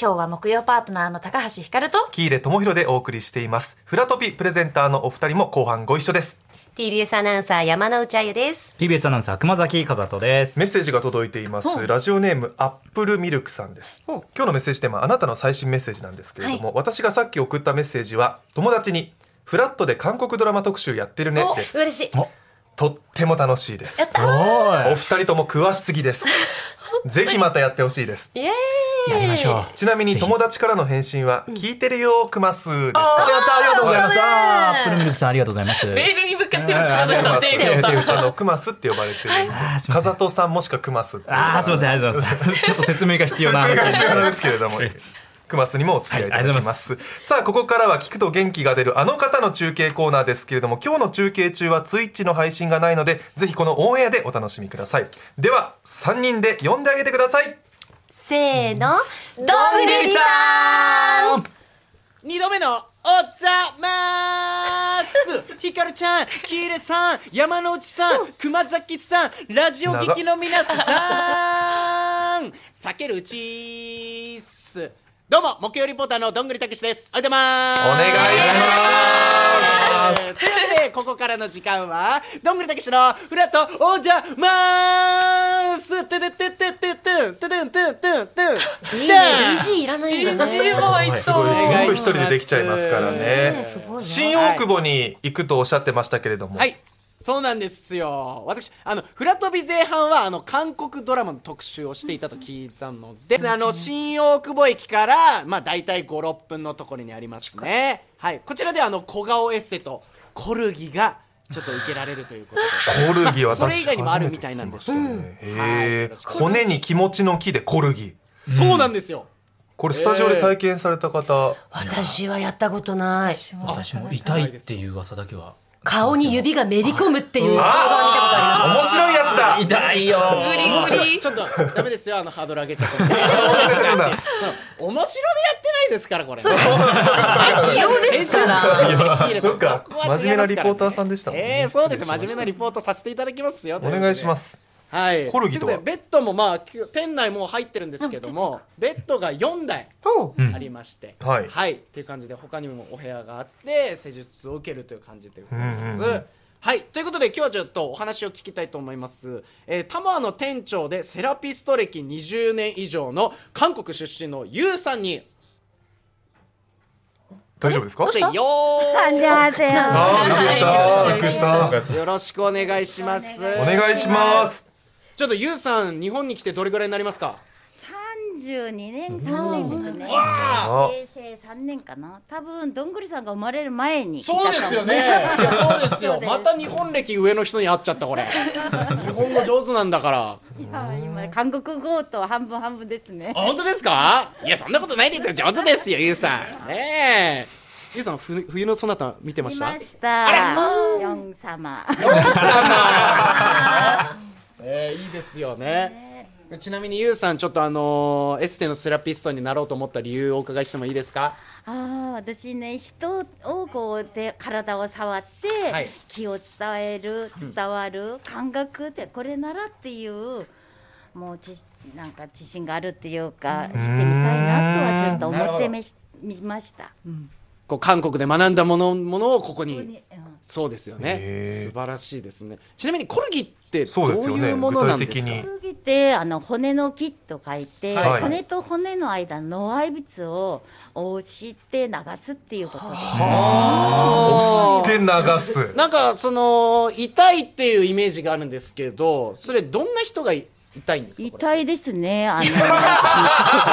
今日は木曜パートナーの高橋ひかると喜入智弘でお送りしていますフラトピプレゼンターのお二人も後半ご一緒です TBS アナウンサー山内あゆです TBS アナウンサー熊崎和人ですメッセージが届いています、ラジオネームアップルミルクさんです、今日のメッセージテーマあなたの最新メッセージなんですけれども、私がさっき送ったメッセージは友達にフラットで韓国ドラマ特集やってるねおです嬉しいとっても楽しいですおーお二い人とも詳しすぎですぜひまたやってほしいですイエーイやりましょうちなみに友達からの返信は聞いてるよクマスでしたやったありがとうございますそうだねあーアップルミルクさんありがとうございますメールに向かってあーありがとうございますあのクマスって呼ばれてるんであーすいません風戸さんもしくはクマスっていうあーすみませんありがとうございますちょっと説明が必要な説明が必要なんですけれども。クマスにもお付き合いいただきます,、さあここからは聞くと元気が出るあの方の中継コーナーですけれども今日の中継中はツイッチの配信がないのでぜひこのオンエアでお楽しみくださいでは3人で呼んであげてくださいせーのどんぐりさん二度目のおざまー すひかるちゃん、きいれさん、山之内さん、熊崎さん、ラジオ聞きの皆さん避けるうちーすどうも、木曜リポーターのどんぐりたけしです。おいでまーすお願いしますというわけで、ここからの時間は、どんぐりたけしのフラットおじゃまーすててててててんててんてんていんてんていんね BG いらないんだねはいすごい全部一人でできちゃいますからねねすごいな新大久保に行くとおっしゃってましたけれども、はいそうなんですよ私あのフラ飛び前半はあの韓国ドラマの特集をしていたと聞いたのであの新大久保駅からまあ大体56分のところにありますねはいこちらではあの小顔エッセとコルギがちょっと受けられるということでコルギ それ私以外にもあるみたいなんです初めて聞きましたねへー骨に気持ちの木でコルギそうなんですよこれスタジオで体験された方、私はやったことない私も痛いっていう噂だけは顔に指がめり込むっていう動画を見たことあります面白いやつだ痛いよブリブリちょっとダメですよあのハードル上げちゃ ったそう面白でやってないですからこれ美容ですからそっか真面目なリポーターさんでしたもんねええー、そうです真面目なリポートさせていただきますよお願いしますすはいコルギとはいうことでベッドもまあきゅ店内もう入ってるんですけどもベッドが4台ありまして、うんはいっていう感じで他にもお部屋があって施術を受けるという感じでございます、うんうんうんはいということで今日はちょっとお話を聞きたいと思います、えー、タマーの店長でセラピスト歴20年以上の韓国出身のユウさんに大丈夫ですかよーあーびっくりしたびっくりしたよろしくお願いしますお願いしますちょっとユウさん日本に来てどれぐらいになりますか32年3年ですねあ平成3年かな多分どんぐりさんが生まれる前に来たかそうもですよ ね。いやそうですそよ。うですまた日本歴上の人に会っちゃったこ れ。日本語上手なんだから。今今韓国語と半分半分ですねあ本当ですか？いやそんなことないですよ。上手ですよゆうさん。ねえ。ゆうさんふ冬のそなた見てまいしたま。したヨン様えーいいですよね。ちなみにゆうさんちょっとあのーエステのセラピストになろうと思った理由をお伺いしてもいいですか？あー私ね人をこうで体を触って、はい気を伝える伝わる感覚ってこれならっていうもうちなんか自信があるっていうかしてみたいなとはちょっと思ってめしみました。こう韓国で学んだものものをここ本当に。にうんそうですよへねえ。素晴らしいですね。ちなみにコルギってどそううですよいねうものなんですか？具体的に古着ってあの骨の木と書いて、はい骨と骨の間の脳いびつを押して流すっていうことです。押して流すなんかその痛いっていうイメージがあるんですけどそれどんな人がい痛いんですかこれ痛いですね。あの肉とか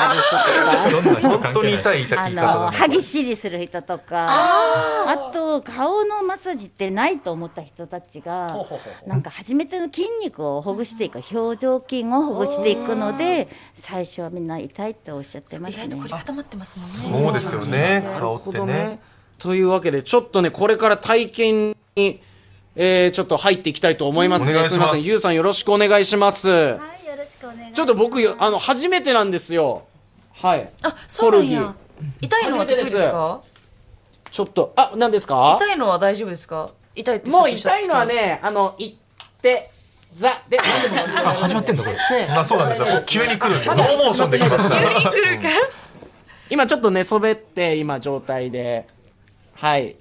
あるどとかんな人本当にい痛い痛あい言い方のだな歯ぎしりする人とかあと顔のマッサージってないと思った人たちがほうほうほうなんか初めての筋肉をほぐしていく表情筋をほぐしていくので最初はみんな痛いっておっしゃってま意す外とねこれ。固まってますもんねそうですよね顔っなてるほどねというわけでちょっとねこれから体験に、えー、ちょっと入っていきたいと思います、ね、お願いしまみすませんゆうさんよろしくお願いします、はい、よろしくお願いしますちょっと僕よあの初めてなんですよはいあそうなんコルや痛いのは得意ですかちょっとあ何ですか痛いのは大丈夫ですか痛いってもう痛いのはねあの行ってザであ始まってんだこれあそうなんですよ急に来るんでノーモーションできますから今ちょっと寝そべって今状態ではい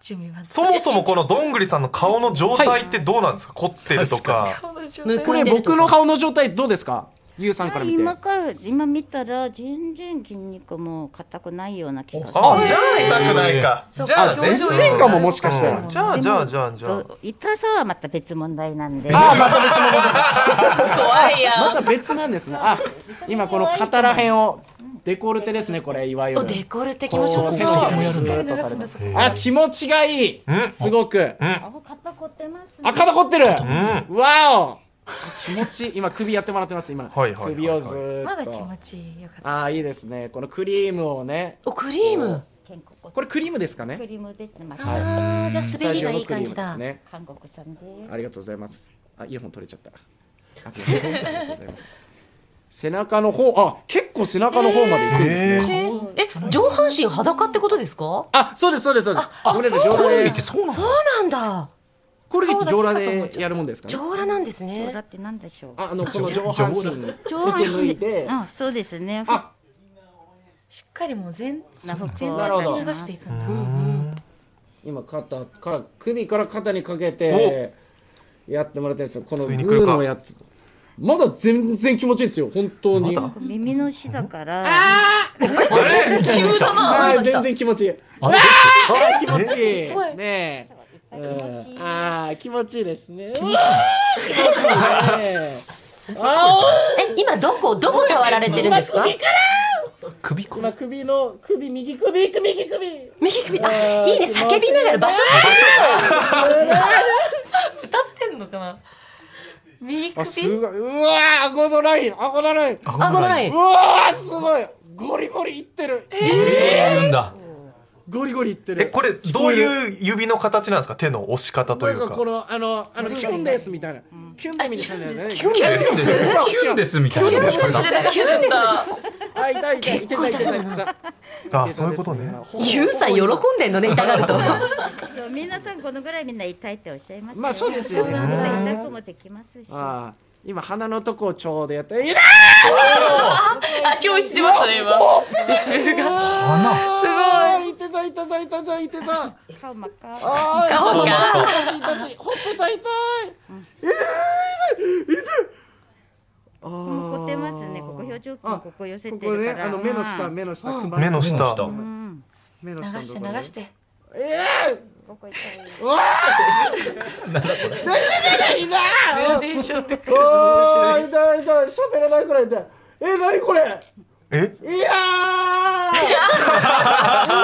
準備万端そもそもこのどんぐりさんの顔の状態ってどうなんですか、凝ってるとかむこくれんでると僕かの顔の状態どうですかゆうさんから見て今から今見たら全然筋肉も硬くないような気がするあじゃあ痛くないか、そうじゃあ表情全豊然前科ももしかしたら、じゃあじゃあじゃあじゃあと痛さはまた別問題なんであーまた別怖いやまた別なんですねあ今この肩ら辺をデコルテですねこれいわゆおるデコルテ気持ちそようさそうそそうれ流すんだそこあ気持ちがいいんすごくあ肩凝ってますあ肩凝ってるうんわお気持ちいい今首やってもらってます今はいはいはいはい首をずーっとまだ気持ちよかったああいいですねこのクリームをねおクリーム肩こここれクリームですかクねリームですねまたあーじゃあス滑タりジオがのいいクリー感ムじですだね韓国産でありがとうございますあイヤホン取れちゃったあイヤホン取れちゃったありがとうございます背中の方あ結構背中の方まで行くんですね、ええ上半身裸ってことですかあそうですそうですそうですこれで上裸でそうなそのうなんだこれで上裸顔だけかと思っちゃっでたやるもんですかね上裸なんです上ね裸って何でしょうああのこの上半身上半服脱身いでうんそうですねあしっかりもう全なるほど全体に流していくんだ今肩から首から肩にかけてやってもらってるんですよこのつグいに来るーかのやつまだ全然気持ちいいですよ本当に、ま耳の下だから急だなあなーんか来た全然気持ちいいあれあー気持ちいい怖いねえちいいうんあー気持ちいいですねうわー気持ちいいねあえ今どこどこ触られてるんですか首こー今首の首右首首右首右首あいいね叫びながら場所探し歌ってんのかな右あす首ごいうわー顎のライン顎のラインあ顎のライうンわーすごいゴリゴリいってる言うんだゴリゴリいってるえこれどういう指の形なんですか手の押し方といなうかんかこのあのあのキュンですみたいなキュンでみたいなねキュンですキュンですキュンですみたいなキュンですあ痛い痛い痛い痛い痛い痛い痛いあそういうことねゆうさん喜んでんのね痛がるとそう皆さんこのぐらいみんな痛いっておっしゃいますよまあそうですよねそうなんだうん痛くもできますしああ今鼻のとこをちょうどやっていらあ今日一出ましたね今花すごい痛い痛い痛い痛い痛い痛い顔真っ赤あー顔が痛い痛いほっぺた痛いえー痛い痛いあー残ってますねここ表情筋あここ寄せこてこるねからあの目の下目の下熊目の下うん目の流下のとしてこ流ろねしえてーここ痛いうわー痛いグラデーションってくるあー痛い痛い喋らないくらい痛いえー、なにこれいやえー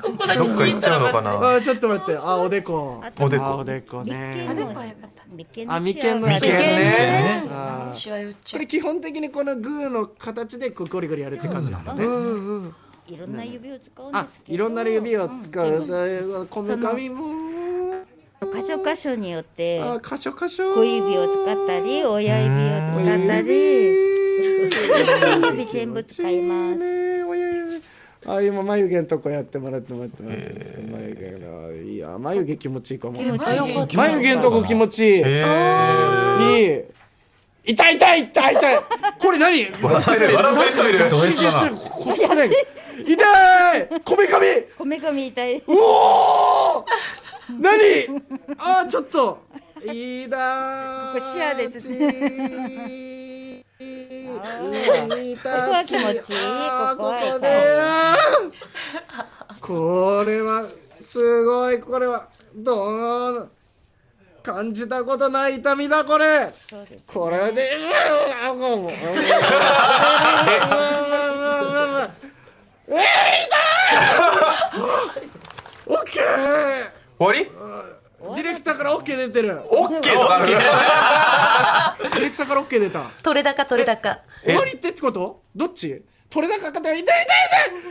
ここだけどっか行っちゃうのかなあーちょっと待ってあーおでこあとおであーおこでこあでもねよかった眉間あの眉間の眉間ねあー試合打っちこゃうれ基本的にこのグーの形でこうゴリゴリやるって感じですかねいろんな指を使うんであすけどいろんな指を使ううんあこめかみも箇所箇所によってあー箇所箇所小指を使ったり親指を使ったり親指全部使いますね親指あ今眉毛のとこやってもらってもらってもらってますけど眉毛のいや眉毛気持ちいいかも眉毛眉毛のとこ気持ちいい、えー、いい痛い痛い痛い痛いこれ何笑ってる笑ってる人いるド S だなこすって ない痛いこめかみこめかみ痛いうおー何あーちょっといいだーここシアですねねここは気持ちいいここは痛いこれはすごいこれはどう感じたことない痛みだこれそうですこれでうわうわうわうわうわうわうわうわうわうわ うわえー痛いオッケー終わりディレクターからオッケー出てるオッケーとかあるディレクターからオッケー出た取れ高取れ高終わりってってことどっち取れ高かった痛い痛い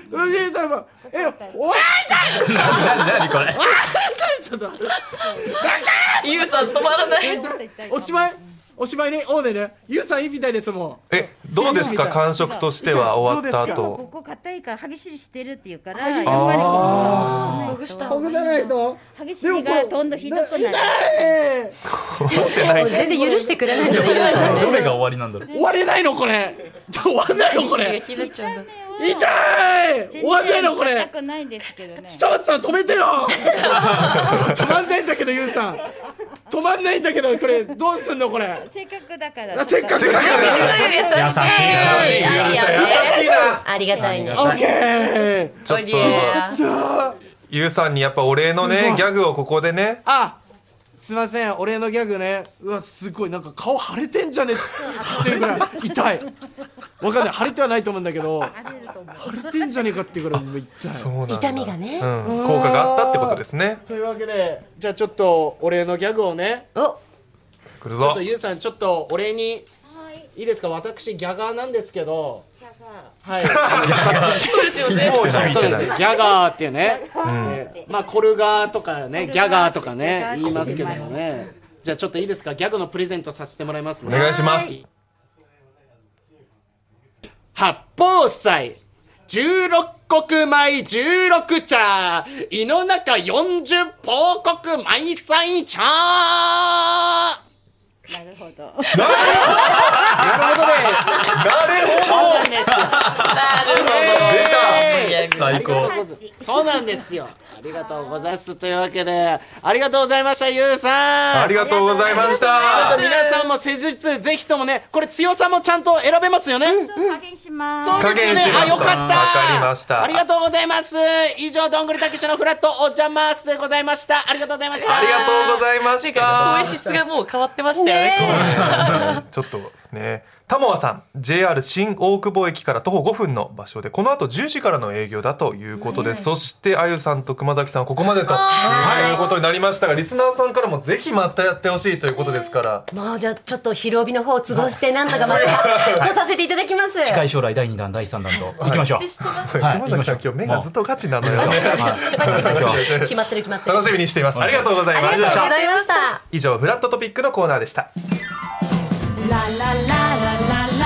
痛い痛い痛い痛いえおわ痛い何これ ちょっとゆうさん止まらないおしまいおしまいねおうでねゆうさんいいみたいですもえどうですか感触としては終わったどこ後こ硬いから歯ぎしりしてるっていうからやっあほぱぐりしこたうほぐさないと歯ぎしりがどんどんひどくなる痛いもう全然許してくれないのでゆうさんどれが終わりなんだろう終われないのこれ終わんないのこ刺れ激になっちゃうんだ痛い終わんないのこ痛れくないですけどね。久松さん止めてよ止まんないんだけどゆうさん止まんないんだけどこれどうすんのこれせっかくだから。あせっかくせっかくだから優しい優しい優しいいや優しいなありがたいねオッケーちょっとゆうさんにやっぱお礼のすごねいギャグをここでねあすいません俺のギャグねうわすごいなんか顔腫れてんじゃねっていうぐらい痛いわかんない腫れてはないと思うんだけどあれると思う。腫れてんじゃねえかっていうぐらいもう痛いそうなんだ痛みがねうん効果があったってことですねというわけでじゃあちょっとお礼のギャグをねお来るちょっぞとゆうさんちょっとお礼にはい。いいですか私ギャガーなんですけどじゃあはいそうですよねもう響いそうてですなギいャガーっていうね、んえーまあコルガーとかねコルガーギャガーとかねコ言いルガーますけどもねじゃあちょっといいですかギャグのプレゼントさせてもらいますおね願いします八宝菜十六穀米十六茶胃の中四十報告米菜茶なるほ ど。なるほどですなるほどなるほ出たど最高そうなんですよありがとうございますというわけでありがとうございましたゆうさんありがとうございましちょっとた皆さんも施術ぜひともねこれ強さもちゃんと選べますよね、加減します。そうですよね加減しましたあよかったわかりましたありがとうございます以上どんぐりたけしのフラットお邪魔すでございましたありがとうございましたありがとうございました声質がもう変わってましたよねそうねちょっとねタモワさん JR 新大久保駅から徒歩5分の場所でこの後10時からの営業だということです、そしてあゆさんと熊崎さんはここまでとはいいうことになりましたがリスナーさんからもぜひまたやってほしいということですから、もうじゃあちょっと広帯の方を都合してなんとかまた来させていただきます近い将来第2弾第3弾と行きましょうしてますはい熊崎さん今日目がずっとガチなのよ、決まってる決まってる楽しみにしていますありがとうございまありしがとうごたざいました以上フラットトピックのコーナーでしたララララララ